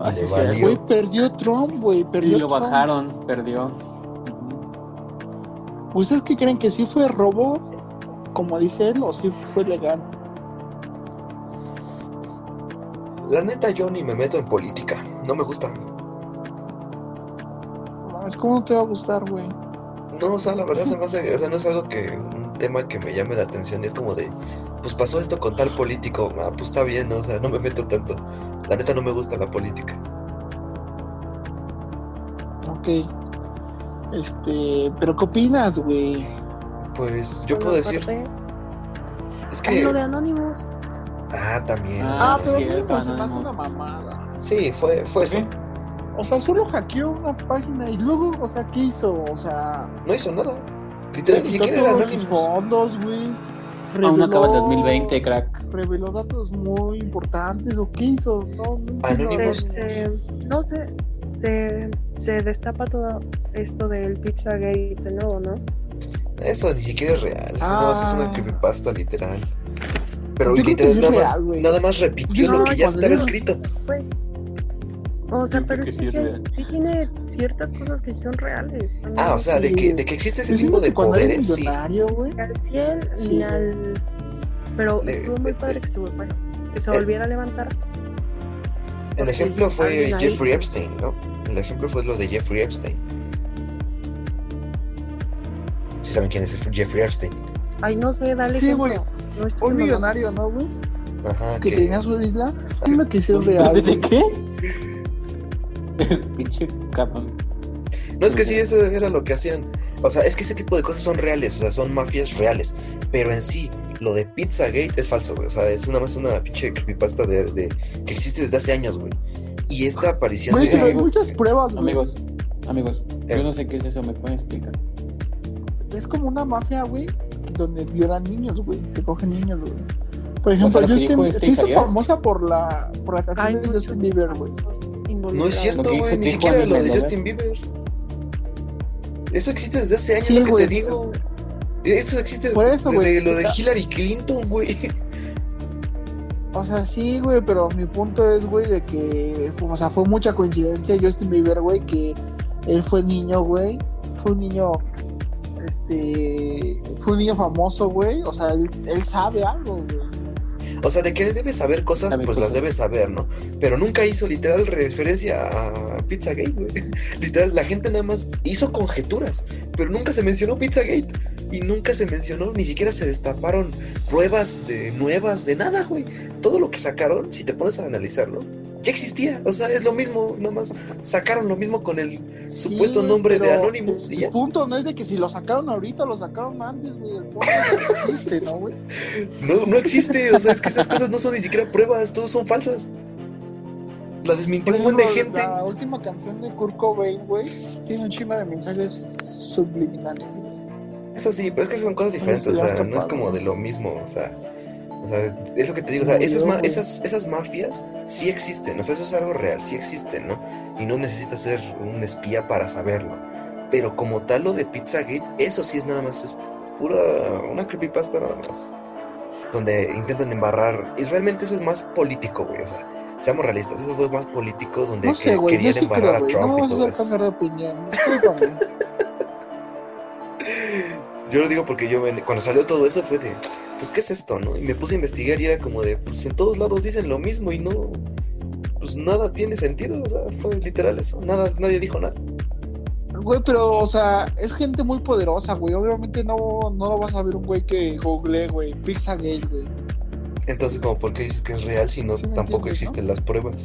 S2: Ah,
S3: sí,
S2: le
S3: sí.
S2: valió.
S1: Güey, perdió Trump, güey, perdió
S3: Y lo
S1: Trump.
S3: bajaron, perdió. Ujú.
S1: ¿Ustedes qué creen que sí fue robo, como dice él, o sí fue legal?
S2: La neta, yo ni me meto en política. No me gusta.
S1: No, Es como no te va a gustar, güey.
S2: No, o sea, la verdad se me hace. O sea, no es algo que. Un tema que me llame la atención. Es como de. Pues pasó esto con tal político. Ah, pues está bien, ¿no? O sea, no me meto tanto. La neta, no me gusta la política.
S1: Ok. Este, pero ¿qué opinas, güey?
S2: Pues yo
S4: Por
S2: puedo
S4: la
S2: decir.
S4: parte-
S1: pues,
S2: Es
S4: Ay, lo de
S2: que.
S4: Anonymous.
S2: Ah, también.
S3: Ah,
S1: Ah, pero
S3: sí,
S1: güey,
S3: es
S1: se me hace
S3: anónimo.
S1: una mamada.
S2: Sí, fue, fue eso.
S1: ¿Qué? O sea, solo hackeó una página y luego, o sea, ¿qué hizo? O sea,
S2: No hizo nada.
S1: le
S2: Literal, ni
S1: quitó
S2: siquiera era
S1: todos sus
S2: anónimo.
S1: fondos, güey.
S3: Aún no
S1: Reveló-
S3: acaba el 2020, crack.
S1: Reveló datos muy importantes, ¿o qué hizo? No, no entiendo.
S4: Se,
S2: Anónimos.
S4: se- no sé, se, se destapa todo esto del Pizzagate de nuevo, ¿no?
S2: Eso ni siquiera es real. eso nada más es
S1: Ah.
S2: una creepypasta, literal. Pero
S1: Yo creo que
S2: literal,
S1: sí es
S2: nada,
S1: real,
S2: más,
S1: güey.
S2: nada más repitió
S4: No,
S2: lo que ya
S1: cuando
S2: estaba
S1: yo-
S2: escrito.
S4: O sea,
S3: Yo creo
S4: pero
S3: que
S4: es
S3: sí
S4: que
S3: es
S4: sí,
S3: real.
S4: sí tiene ciertas cosas que sí son reales. ¿no?
S2: Ah, o sea, de,
S1: sí.
S2: que, de que existe ese
S1: Yo siento
S2: tipo de
S1: que cuando eres
S2: poderes, sí.
S1: millonario, güey.
S4: al 100
S1: Sí,
S4: ni
S1: güey.
S4: al... Pero
S2: Le-
S4: estuvo muy
S2: le-
S4: padre que se, vol- bueno, que se
S2: eh.
S4: volviera a levantar.
S2: El ejemplo fue
S4: alguien ahí.
S2: Jeffrey Epstein, ¿no? El ejemplo fue lo de Jeffrey Epstein. Si saben quién es el Jeffrey Epstein.
S4: Ay, no sé, dale
S1: Sí,
S4: ejemplo.
S1: güey.
S4: No, esto
S1: Un
S4: se me va.
S1: millonario, ¿no, güey?
S2: Ajá,
S1: Que
S2: que-
S1: tenía su isla. Es lo que hizo real.
S3: ¿Desde
S1: güey.
S3: qué? Pinche cabrón.
S2: No, es que sí, eso era lo que hacían. O sea, es que ese tipo de cosas son reales, o sea, son mafias reales. Pero en sí, lo de Pizzagate es falso, güey. O sea, es nada más una pinche creepypasta de, de- que existe desde hace años, güey. Y esta aparición
S1: Güey,
S2: de...
S1: pero hay
S3: Amigos,
S1: muchas pruebas, güey.
S3: Amigos, amigos,
S2: Eh.
S3: yo no sé qué es eso, ¿me pueden explicar?
S1: Es como una mafia, güey, donde violan niños, güey. Se cogen niños, güey. Por ejemplo,
S3: lo que
S1: Justin
S3: dijo este
S1: se hizo
S3: Isaías.
S1: famosa por la, por la canción
S4: Hay
S1: de
S4: muchos
S1: Justin Bieber, güey.
S2: No es
S4: involucrados.
S2: cierto,
S3: Lo que
S2: güey,
S3: dijo
S2: ni
S3: Tijuana
S2: siquiera lo de
S3: Mendeleev.
S2: Justin Bieber. Eso existe desde hace años,
S1: Sí,
S2: lo que
S1: güey.
S2: te digo. Eso existe
S1: Por eso, güey.
S2: desde lo de Hillary Clinton, güey.
S1: O sea, sí, güey, pero mi punto es, güey, de que, o sea, fue mucha coincidencia Justin Bieber, güey, que él fue niño, güey, fue un niño, este, fue un niño famoso, güey, o sea, él, él sabe algo, güey.
S2: O sea, de que debe saber cosas,
S3: Sabe
S2: pues
S3: cosas.
S2: las debe saber, ¿no? Pero nunca hizo literal referencia a Pizzagate, güey. Literal, la gente nada más hizo conjeturas, pero nunca se mencionó Pizzagate. Y nunca se mencionó, ni siquiera se destaparon pruebas de nuevas, de nada, güey. Todo lo que sacaron, si te pones a analizarlo, ya existía. O sea, es lo mismo, nada más sacaron lo mismo con el supuesto
S1: Sí, güey,
S2: nombre de
S1: pero
S2: Anonymous y
S1: El
S2: ya.
S1: punto no es de que si lo sacaron ahorita, lo sacaron antes, güey, el punto es que existe, ¿no, güey?
S2: No, no existe, o sea, es que esas cosas no son ni siquiera pruebas, todos son falsas. La desmintió
S1: Por
S2: un buen de
S1: ejemplo,
S2: gente.
S1: La última canción de Kurt Cobain, güey, tiene un chingo de mensajes subliminales. güey.
S2: Eso sí, pero es que son cosas diferentes,
S1: sí
S2: o
S1: las
S2: sea, no es
S1: taparon.
S2: como de lo mismo, o sea, o sea, es lo que te digo, o sea,
S1: Como
S2: esas,
S1: yo,
S2: ma-
S1: güey.
S2: esas, esas mafias sí existen, o sea, eso es algo real, sí existen, ¿no? Y no necesitas ser un espía para saberlo. Pero como tal, lo de Pizzagate, eso sí es nada más, es pura, una creepypasta nada más. Donde intentan embarrar, y realmente eso es más político, güey, o sea, seamos realistas, eso fue más político donde
S1: No
S2: que-
S1: sé, güey, yo
S2: querían
S1: sí creo,
S2: embarrar a
S1: güey,
S2: Trump
S1: no me
S2: y
S1: vas a
S2: todo
S1: hacer
S2: eso.
S1: cambiar de opinión, discúlpame.
S2: Yo lo digo porque yo me- cuando salió todo eso fue de, pues, ¿qué es esto, no? Y me puse a investigar y era como de, pues, en todos lados dicen lo mismo y no, pues nada tiene sentido, o sea, fue literal eso, nada, nadie dijo nada.
S1: Güey, pero, o sea, es gente muy poderosa, güey. Obviamente no, no lo vas a ver un güey que google, güey. Pizzagate, güey.
S2: Entonces, como por qué dices que es real si no
S1: Sí me
S2: tampoco
S1: entiendes, ¿no?
S2: existen las pruebas.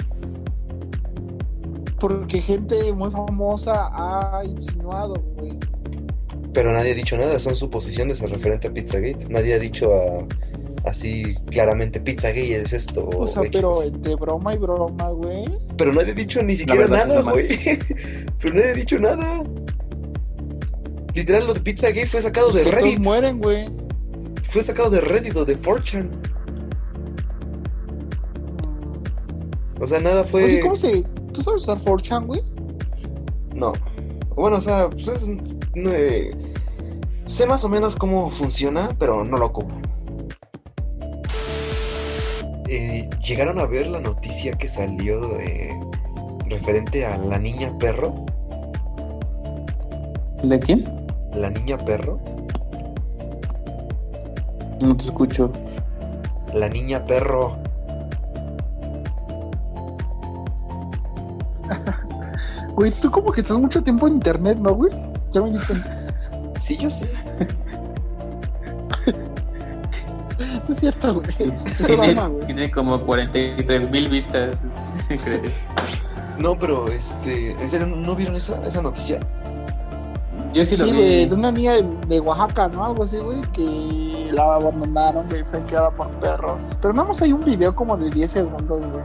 S1: Porque gente muy famosa ha insinuado, güey.
S2: Pero nadie ha dicho nada, son suposiciones al referente a Pizzagate. Nadie ha dicho a- así claramente Pizzagate es esto.
S1: O sea,
S2: X
S1: pero
S2: cosa.
S1: entre broma y broma, güey.
S2: Pero nadie ha dicho ni siquiera
S3: verdad,
S2: nada,
S3: nada más.
S2: güey. pero nadie ha dicho nada. Literal, lo de Pizzagate fue sacado de
S1: Pues todos
S2: Reddit.
S1: mueren, güey.
S2: Fue sacado de Reddit o de 4chan. O sea, nada fue.
S1: Oye, ¿cómo se...? ¿Tú sabes usar 4chan, güey?
S2: No. Bueno, o sea, pues es- no, eh, sé más o menos cómo funciona, pero no lo ocupo. Eh, ¿Llegaron a ver la noticia que salió eh, referente a la niña perro?
S3: ¿De quién?
S2: La niña perro.
S3: No te escucho.
S2: La niña perro.
S1: Güey, tú como que estás mucho tiempo en internet, ¿no, güey? Ya me di cuenta.
S2: Sí, yo sé.
S1: No Es cierto, güey. Es
S3: Tiene,
S1: broma, güey.
S3: tiene como 43 mil vistas. ¿se cree?
S2: No, pero este. ¿En serio no vieron esa, esa noticia?
S3: Yo sí
S1: Sí,
S3: lo
S1: güey,
S3: vi.
S1: de una niña de, de Oaxaca, ¿no? Algo así, güey, que la abandonaron, güey, fue criada por perros. Pero nada más hay un video como de 10 segundos, güey.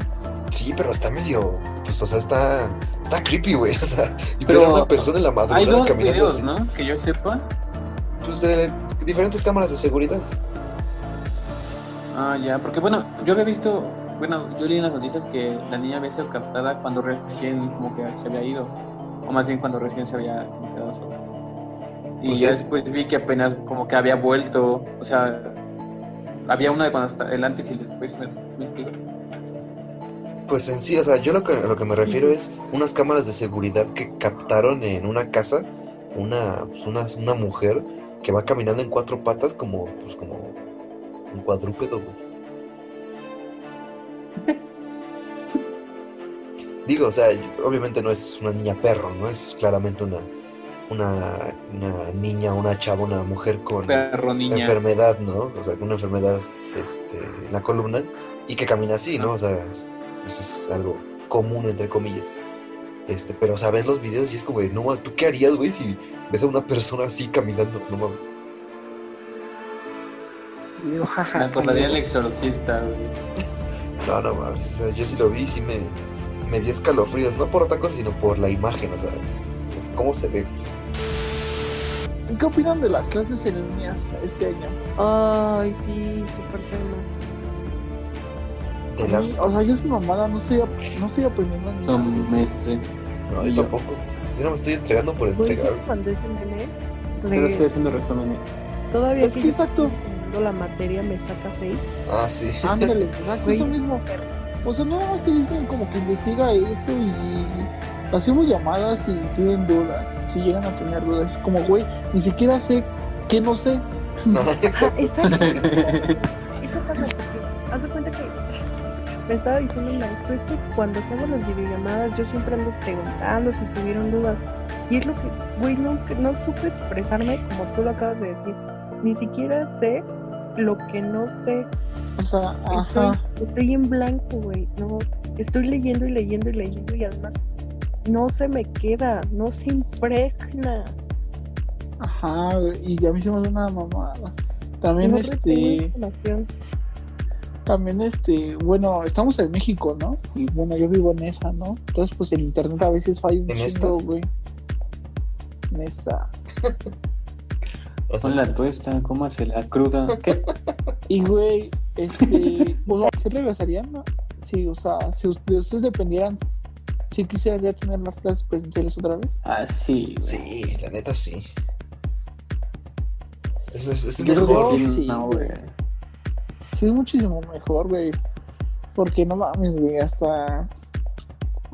S2: Sí, pero está medio. Pues, o sea, está. Está creepy, güey. O sea, y
S3: Pero
S2: ver a una persona en la
S3: Hay
S2: madrugada
S3: dos
S2: caminando
S3: videos,
S2: así.
S3: ¿no? Que yo sepa.
S2: Pues de diferentes cámaras de seguridad.
S3: Ah, ya, porque bueno, yo había visto, bueno, yo leí en las noticias que la niña había sido captada cuando recién como que se había ido, o más bien cuando recién se había quedado sola. Y
S2: Pues
S3: ya
S2: es-
S3: después vi que apenas como que había vuelto, o sea, había una de cuando está el antes y el después, ¿me, me explico?
S2: Pues en sí, o sea, yo lo que, a lo que me refiero es unas cámaras de seguridad que captaron en una casa una, pues, una, una mujer que va caminando en cuatro patas como, pues, como un cuadrúpedo. güey. Digo, o sea, obviamente no es una niña perro, no es claramente una, una, una niña, una chava, una mujer con...
S3: Perro,
S2: una
S3: niña.
S2: enfermedad, ¿no? O sea, una enfermedad este, en la columna y que camina así, ¿no? O sea, es, pues es- es algo común, entre comillas. Este, pero, o sea, ves los videos y es como, de, no, mames, ¿tú qué harías, güey, si ves a una persona así caminando? No mames.
S1: Y digo, jaja.
S3: Me acordaría del exorcista, güey.
S2: No, no mames. O sea, yo sí lo vi y sí me, me dio escalofríos, no por otra cosa, sino por la imagen, o sea, por cómo se ve.
S1: ¿Y ¿Qué opinan de las clases en línea este año?
S4: Ay, sí, súper tema.
S2: Te
S1: A mí,
S2: lanza.
S1: o sea, yo soy mamada, no estoy, ap- no estoy aprendiendo ni nada. güey.
S3: Semestre.
S2: No, yo tampoco. Yo no me estoy entregando por
S4: Güey,
S2: entregar.
S4: yo te mandé ese meme
S3: Pero estoy
S4: de
S3: haciendo resumen. ¿eh?
S4: todavía
S1: Es que
S4: yo
S1: exacto.
S4: estoy terminando la materia me saca 6.
S2: Ah, sí.
S1: Ándale, exacto,
S4: Güey.
S1: eso mismo. O sea, nada más te dicen como que investiga esto y hacemos llamadas si tienen dudas, si llegan a tener dudas. Como, güey, ni siquiera sé qué no sé.
S2: No, exacto.
S4: Ah, Exacto. Eso pasa porque haz de cuenta que me estaba diciendo un maestro, es que cuando hacemos las videollamadas yo siempre ando preguntando si tuvieron dudas. Y es lo que, güey, no, no supe expresarme como tú lo acabas de decir. Ni siquiera sé lo que no sé.
S1: O sea,
S4: Estoy,
S1: ajá.
S4: estoy en blanco, güey. No, estoy leyendo y leyendo y leyendo y además no se me queda, no se impregna.
S1: Ajá, güey, y ya me hicimos una mamada.
S4: No
S1: También
S4: retengo
S1: este,
S4: información.
S1: también este, bueno, estamos en México, ¿no? Y bueno, yo vivo en esa, ¿no? Entonces, pues el internet a veces falla un
S2: ¿En
S1: chingo,
S2: esta?
S1: güey. En esa.
S3: Con la tuesta, cómase la cruda. ¿Qué?
S1: Y güey, este, bueno, ¿se regresarían? no? Sí, o sea, si us- de ustedes dependieran, si quisiera ya tener las clases presenciales otra vez.
S3: Ah, sí, güey.
S2: Sí, la neta sí. Es, es, es
S3: Yo creo
S2: mejor.
S3: que
S1: sí.
S3: no, güey.
S1: Sí, es muchísimo mejor, güey. Porque no mames, güey, hasta...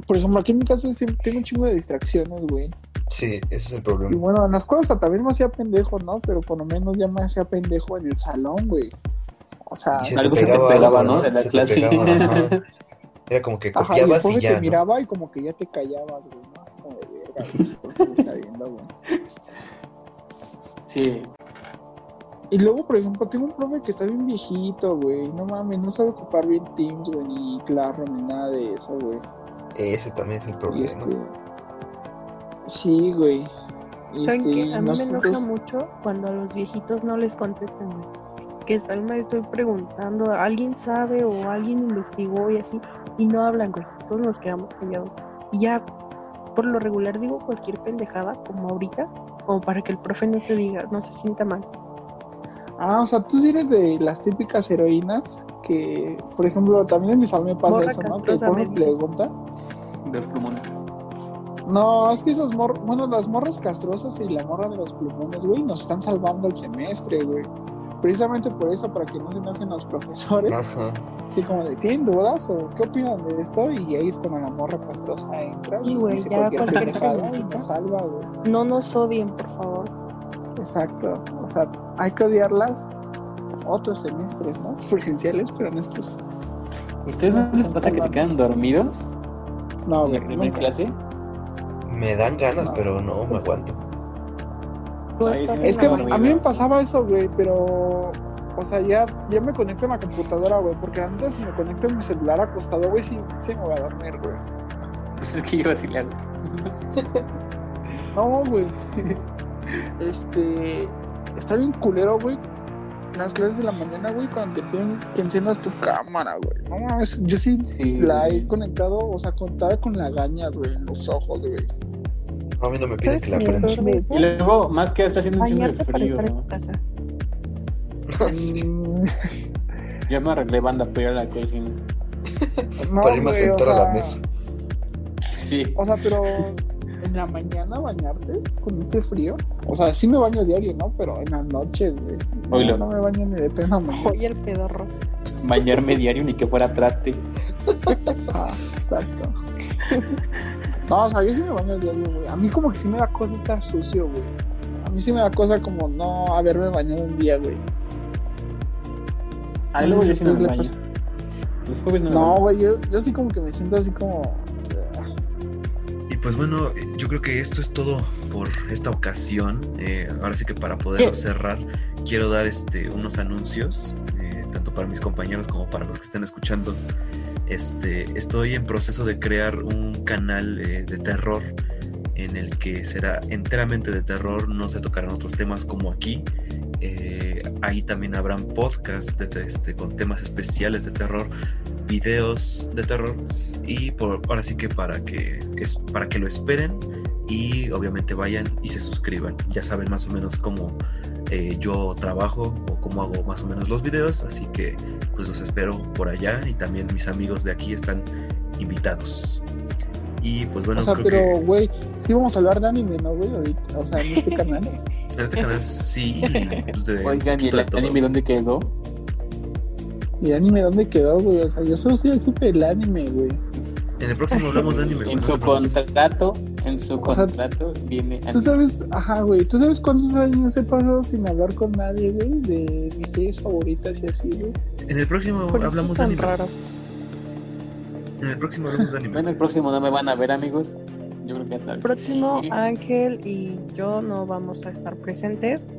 S1: Por ejemplo, aquí en mi casa siempre tengo un chingo de distracciones, güey.
S2: Sí, ese es el
S1: Y
S2: problema.
S1: bueno, en las cosas también me hacía pendejo, ¿no? Pero por lo menos ya me hacía pendejo en el salón, güey. O sea,
S2: Y
S3: Algo se te
S2: pegaba
S3: pegaba,
S2: algo,
S3: ¿no? De la
S2: Se te
S3: clase.
S2: pegaba, ajá. Era como que
S1: Ajá, y el
S2: copiabas
S1: profe
S2: y ya,
S1: te
S2: ¿no?
S1: miraba y como que ya te callabas, güey, ¿no? Así como de verga, güey, el profe me está viendo, güey.
S3: Sí,
S1: Y luego, por ejemplo, tengo un profe que está bien viejito, güey. No mames, no sabe ocupar bien Teams, güey, ni Classroom, ni nada de eso, güey.
S2: Ese también es el
S1: Y
S2: problema.
S1: este... Sí, güey. Y
S4: ¿Saben
S1: este,
S4: qué? A mí me enoja
S1: nosotros-
S4: mucho cuando a los viejitos no les contestan. güey. Que está el maestro ahí preguntando, alguien sabe o alguien investigó y así, y no hablan, güey. Todos nos quedamos callados. Y ya, por lo regular digo cualquier pendejada, como ahorita, o para que el profe no se diga, no se sienta mal.
S1: Ah, o sea, tú sí eres de las típicas heroínas que, por ejemplo, también en mi salón me pasa
S4: Morra
S1: eso, ¿no? Que el profe
S4: castrosamente.
S1: pregunta.
S3: dos plumones.
S1: No, es que esas morras, bueno, las morras castrosas y la morra de los plumones, güey, nos están salvando el semestre, güey. Precisamente por eso, para que no se enojen los profesores.
S2: Ajá.
S1: Así como de, ¿tienen dudas o qué opinan de esto? Y ahí es cuando la morra pues, castrosa entra
S4: Sí,
S1: y
S4: güey,
S1: dice
S4: ya
S1: cualquier
S4: cualquier
S1: pendejada y
S4: pendejada.
S1: nos salva, güey.
S4: No nos odien, por favor.
S1: Exacto. O sea, hay que odiarlas otros semestres, ¿no? Presenciales, pero en estos.
S3: ¿Ustedes no les pasa que se quedan dormidos
S1: No,
S3: en
S1: güey.
S3: la primera
S1: nunca.
S3: clase?
S2: Me dan ganas,
S1: No.
S2: pero no me aguanto.
S4: Tú
S3: Ay,
S4: estás
S3: sí,
S4: en
S1: Es que
S4: la
S3: Una
S1: a
S4: buena.
S1: mí me
S3: barbaridad.
S1: pasaba eso, güey, pero. O sea, ya, ya me conecto en la computadora, güey, porque antes si me conecto en mi celular acostado, güey, sí, sí me voy a dormir, güey.
S3: Pues es que yo así le hago.
S1: No, güey. Este. Está bien culero, güey. Las clases de la mañana, güey, cuando te piden que enciendas tu cámara, güey. No mames, yo sí
S3: Sí.
S1: la he conectado, o sea, contaba con lagañas, güey, en los ojos, güey.
S2: A mí no me piden
S4: ¿Sabes
S2: que la
S4: qué es
S2: prenda.
S4: peor de eso?
S3: Y luego, más que está haciendo un chingo de
S4: Bañarte para
S3: frío.
S4: estar en
S3: ¿no?
S4: tu casa.
S2: Sí.
S1: Mm,
S3: Ya me arreglé banda para ir a la cocina.
S1: No,
S2: Para irme a
S1: güey, o
S2: sentar a la
S1: sea,
S2: mesa.
S3: Sí.
S1: O sea, pero en la mañana bañarte con este frío. O sea, sí me baño diario, ¿no? Pero en las noches, güey. No,
S3: Oilo.
S1: no me baño ni de pena, mamá.
S4: Oye, el pedorro.
S3: Bañarme diario ni que fuera traste.
S1: Ah, exacto. No, o sea, yo sí me baño diario, güey. A mí como que sí me da cosa estar sucio, güey. A mí sí me da cosa como no haberme bañado un día, güey.
S3: Ah, luego yo sí no me
S1: Le
S3: baño.
S1: pasa-
S3: Los jueves no me
S1: No,
S3: baño.
S1: güey, yo, yo sí como que me siento así como... eh,
S2: Y pues bueno, yo creo que esto es todo por esta ocasión. Eh, ahora sí que para poderlo
S3: ¿Qué?
S2: cerrar, quiero dar este, unos anuncios, eh, tanto para mis compañeros como para los que están escuchando. Este, estoy en proceso de crear un canal eh, de terror en el que será enteramente de terror, no se tocarán otros temas como aquí. Eh, ahí también habrán podcasts de- de- este, con temas especiales de terror, videos de terror y por, ahora sí que para que es para que lo esperen y obviamente vayan y se suscriban ya saben más o menos cómo eh, yo trabajo o cómo hago más o menos los videos así que pues los espero por allá y también mis amigos de aquí están invitados y pues bueno
S1: o sea,
S2: creo
S1: pero, güey, sí vamos a hablar de anime, ¿no, güey? Ahorita, o sea, en este canal.
S2: que en este canal sí pues, de-
S3: Oigan, ¿y
S2: de
S3: el
S2: todo.
S3: anime dónde quedó?
S1: ¿Y anime dónde quedó, güey? O sea, yo solo soy el tipo del anime, güey.
S2: en el próximo hablamos de anime güey,
S3: En
S2: no
S3: su
S2: te preocupes.
S3: contrato, en su
S1: O sea,
S3: contrato viene
S1: Tú
S3: anime.
S1: sabes, ajá, güey, ¿tú sabes cuántos años he pasado sin hablar con nadie, güey? De mis series favoritas y así, güey.
S2: en el próximo
S4: Por eso es
S2: hablamos de
S4: tan
S2: anime
S4: raro.
S2: en el próximo hablamos de anime
S3: Bueno, el próximo no me van a ver, amigos. Yo creo que hasta el
S4: próximo
S3: siguiente,
S4: Ángel y yo no vamos a estar presentes.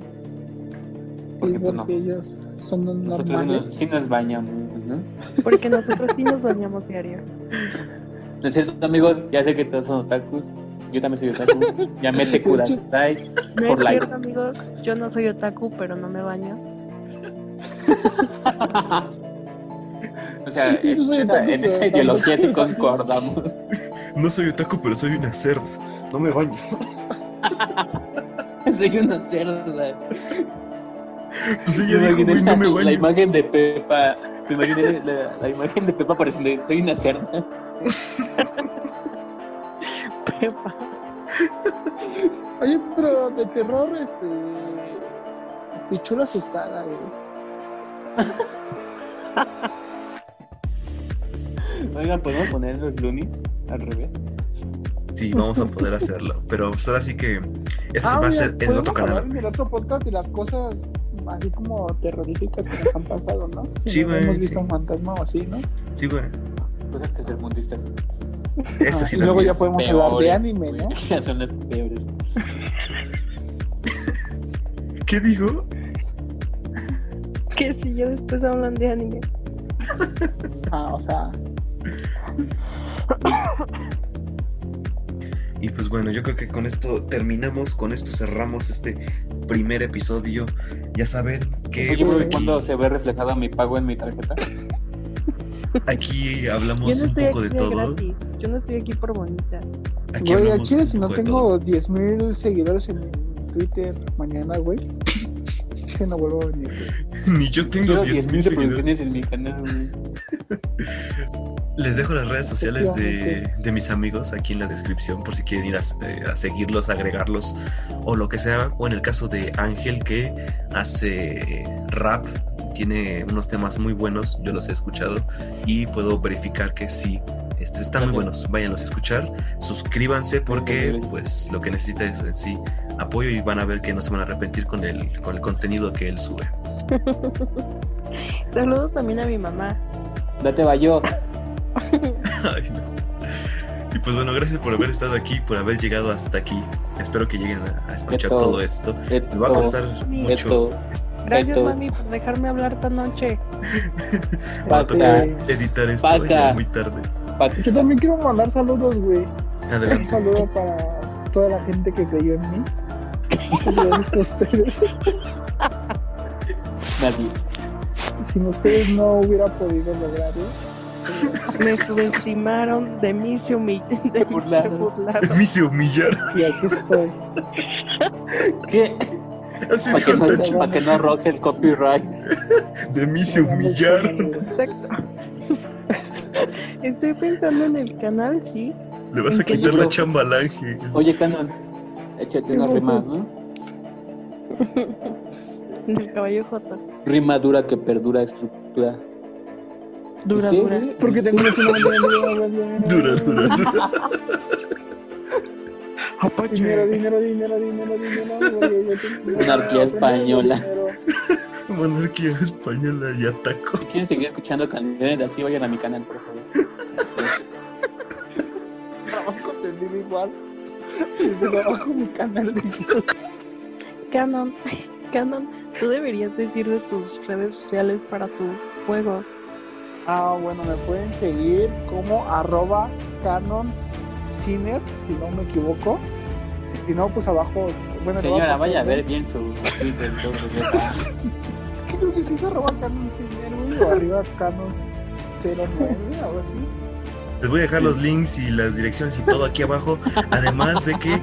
S3: porque
S1: Y
S3: pues no.
S1: porque ellos son los
S3: Nosotros sí nos-
S1: normales.
S3: sí nos bañamos, ¿no?
S4: Porque nosotros sí nos bañamos diario.
S3: No es cierto, amigos, ya sé que todos son otakus. Yo también soy otaku. Ya me te curas, ¿sabes?
S4: No
S3: Por
S4: es
S3: like.
S4: cierto, amigos. Yo no soy otaku, pero no me baño.
S3: O sea,
S1: Yo soy
S3: en
S1: otaku,
S3: esa, en esa
S1: pero
S3: ideología sí
S1: tampoco.
S3: concordamos.
S2: no soy otaku pero soy una cerda no me baño
S3: Soy una cerda.
S2: Pues
S3: Yo
S2: ella
S3: me
S2: dijo,
S3: imaginé
S2: güey, no me
S3: la, la
S2: baño.
S3: imagen de Pepa. Me imaginé la, la imagen de Pepa apareciendo. Soy una cerda.
S4: Pepa.
S1: Oye, pero de terror, este. Pichula asustada, eh. güey.
S3: Oigan, ¿podemos poner los lunes al revés?
S2: Sí, vamos a poder hacerlo. Pero pues ahora sí que eso se
S4: Ah,
S2: va a
S1: Ah, mira,
S2: hacer en el otro
S1: podemos hablar
S2: canal.
S1: En el otro podcast de las cosas así como terroríficas que nos han pasado, ¿no? Si
S2: Sí,
S1: no
S2: güey,
S1: Hemos visto
S2: sí.
S1: un fantasma o así, ¿no?
S4: Ah,
S2: Sí, güey.
S3: cosas tercermundistas.
S2: Eso
S1: Ah,
S2: sí
S1: y luego
S2: también.
S1: ya podemos hablar de
S3: Peores,
S1: anime,
S3: güey.
S1: ¿no?
S3: Estas son las peores.
S2: ¿Qué dijo?
S4: Que si ya después hablan de anime.
S1: Ah, o sea,
S2: Y pues bueno, yo creo que con esto terminamos, con esto cerramos este primer episodio. Ya saben que
S3: Oye,
S2: pues,
S3: bro, ¿y
S2: aquí,
S3: ¿cuándo se ve reflejado mi pago en mi tarjeta?
S2: aquí
S4: Yo
S2: hablamos
S4: no
S2: un
S4: estoy
S2: poco
S4: aquí
S2: de
S4: de
S2: todo.
S4: gratis. Yo no estoy aquí por bonita.
S2: Aquí
S1: güey,
S2: hablamos
S1: aquí
S2: un
S1: si no
S2: poco de todo.
S1: tengo 10.000 seguidores en Twitter mañana, güey. Es que no vuelvo a venir, güey.
S2: Ni yo tengo
S3: Quiero
S2: 10.000
S3: 10.000
S2: seguidores.
S3: reproducciones en mi canal. güey.
S2: Les dejo las redes sociales de,
S1: Efectivamente.
S2: de mis amigos aquí en la descripción por si quieren ir a, eh, a seguirlos, agregarlos o lo que sea. O en el caso de Ángel que hace rap, tiene unos temas muy buenos, yo los he escuchado y puedo verificar que sí. este, están muy
S3: Gracias.
S2: buenos, váyanlos a escuchar, suscríbanse porque
S3: Gracias.
S2: pues lo que necesita es en sí apoyo y van a ver que no se van a arrepentir con el, con el contenido que él sube.
S4: Saludos también a mi mamá.
S3: Date va yo.
S2: Ay, no. Y pues bueno, gracias por haber estado aquí, por haber llegado hasta aquí. Espero que lleguen a, a escuchar
S3: Esto.
S2: todo esto. Me va a costar mucho.
S3: Esto.
S2: Es-
S4: Gracias,
S3: Beto.
S4: mami, por dejarme hablar esta noche.
S2: Va a tocar
S1: Este,
S2: editar esto
S3: Vaca.
S2: ya muy tarde.
S3: Pat-
S1: yo también quiero mandar saludos, güey. Un
S2: Adelante.
S1: saludo para toda la gente que creyó en mí. Gracias a ustedes.
S3: Nadie.
S1: Sin ustedes no hubiera podido lograrlo.
S4: Me subestimaron, de mí se humillaron. De mí se
S3: burlaron.
S4: burlaron.
S2: Me hice humillar.
S1: Y aquí estoy.
S3: ¿Qué?
S2: Así
S3: Para que,
S2: dijo
S3: no,
S2: Tacho.
S3: pa' que no arroje el copyright.
S2: De mí se humillar.
S4: Estoy pensando en el canal, sí.
S2: Le vas a
S4: Oye,
S2: quitar la
S3: bro.
S2: chamba al ángel.
S3: Oye, Canon, échate una rima, ¿no?
S4: En el caballo J.
S3: Rima dura que perdura estructura.
S4: Dura,
S3: ¿Usted,
S4: dura.
S3: güey?
S1: Porque tengo una
S2: Dura, dura, dura.
S1: Dinero, dinero, dinero, dinero, dinero. güey, yo tengo-
S3: Monarquía española.
S1: Dinero.
S2: Monarquía española y ataco.
S3: Si quieren seguir escuchando canciones así, vayan a mi canal, por favor.
S1: Trabajo tendido igual. Desde abajo mi canal de YouTube.
S4: Canon, Canon, tú deberías decir de tus redes sociales para tus juegos.
S1: Ah, bueno, me pueden seguir como arroba canon ciner, si no me equivoco. Si, si no, pues abajo. Bueno, le voy
S3: Señora,
S1: pasar,
S3: vaya a
S1: güey.
S3: ver bien su Twitter. todo lo que está.
S1: Es que creo que sí se arroba canon ciner, güey, o arriba canon 09, algo así.
S2: Les voy a dejar los links y las direcciones y todo aquí abajo. Además de que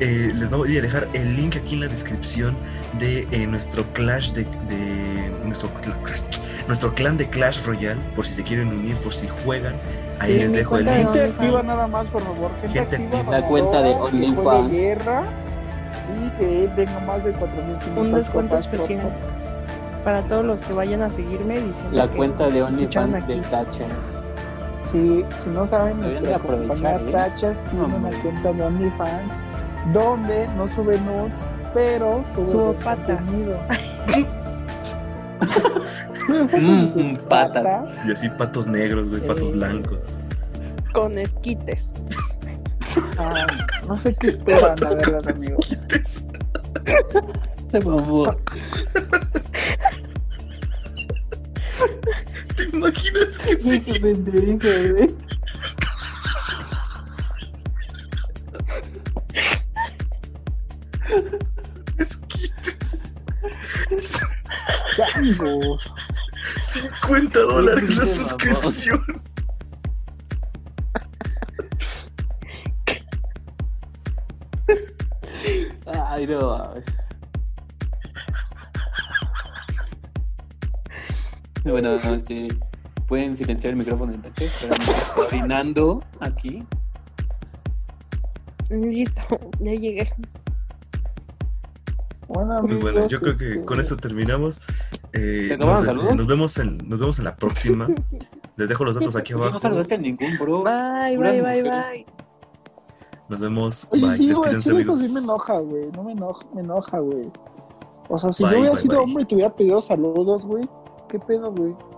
S2: eh, les voy a dejar el link aquí en la descripción de eh, nuestro clash de, de- nuestro, cl- clash- nuestro clan de Clash Royale, por si se quieren unir, por si juegan. Ahí les
S1: mi
S2: dejo el
S1: cuenta de
S4: link.
S1: Gente activa nada más, por favor. Gente,
S2: Gente
S1: activa.
S2: activa.
S3: La cuenta de
S1: ganadora, que juegue
S3: OnlyFans.
S1: guerra y que tenga más de 4.500
S4: Un descuento
S1: copas, por
S4: especial.
S1: favor.
S4: Para todos los que vayan a seguirme diciendo
S3: La
S4: que
S3: cuenta de
S4: escucharon
S3: OnlyFans
S4: aquí.
S3: de Tachas.
S1: Sí, si no saben,
S3: Deberían
S1: nuestra
S3: de aprovechar,
S1: compañera
S3: ¿eh?
S1: Tachas tiene
S3: Hombre.
S1: una cuenta de OnlyFans donde no sube nudes, pero sube
S4: Subo
S1: buen
S4: patas.
S1: contenido. Sube fotos de sus
S3: Mm, patas.
S2: Y así patos negros, güey, patos
S1: Eh.
S2: blancos.
S4: con esquites.
S1: Ah, no sé qué esperan, la
S2: Patas
S1: verdad,
S2: con
S1: amigos.
S2: esquites.
S3: Se mamó.
S2: ¿Te imaginas que sí?
S3: Qué pendejo, güey.
S2: Esquites.
S1: Ya, amigos.
S2: 50 dólares la
S3: Sí, sí, mamón.
S2: suscripción.
S3: Ay, no. mames. Bueno, no, este, pueden silenciar el micrófono entonces, pero me estoy orinando aquí.
S4: Listo, ya llegué.
S1: Bueno,
S2: Muy
S1: amigos,
S2: bueno, yo creo que
S1: este,
S2: con esto terminamos. Eh,
S3: ¿Te tomaron
S2: nos,
S3: saludos?
S2: nos vemos en, nos vemos en la próxima. Les dejo los datos aquí
S3: Oye, No
S2: abajo.
S3: saludaste a ningún bro.
S4: Bye,
S3: Puras
S4: bye, bye,
S3: mujeres.
S4: bye.
S2: Nos vemos.
S1: Oye,
S2: Bye.
S1: sí, güey,
S2: Despídense,
S1: chile, eso
S2: amigos.
S1: sí me enoja, güey. No me enoja, me enoja, güey. O sea, si
S2: Bye,
S1: yo hubiera
S2: bye,
S1: sido
S2: bye.
S1: hombre y te hubiera pedido saludos, güey, ¿qué pedo, güey?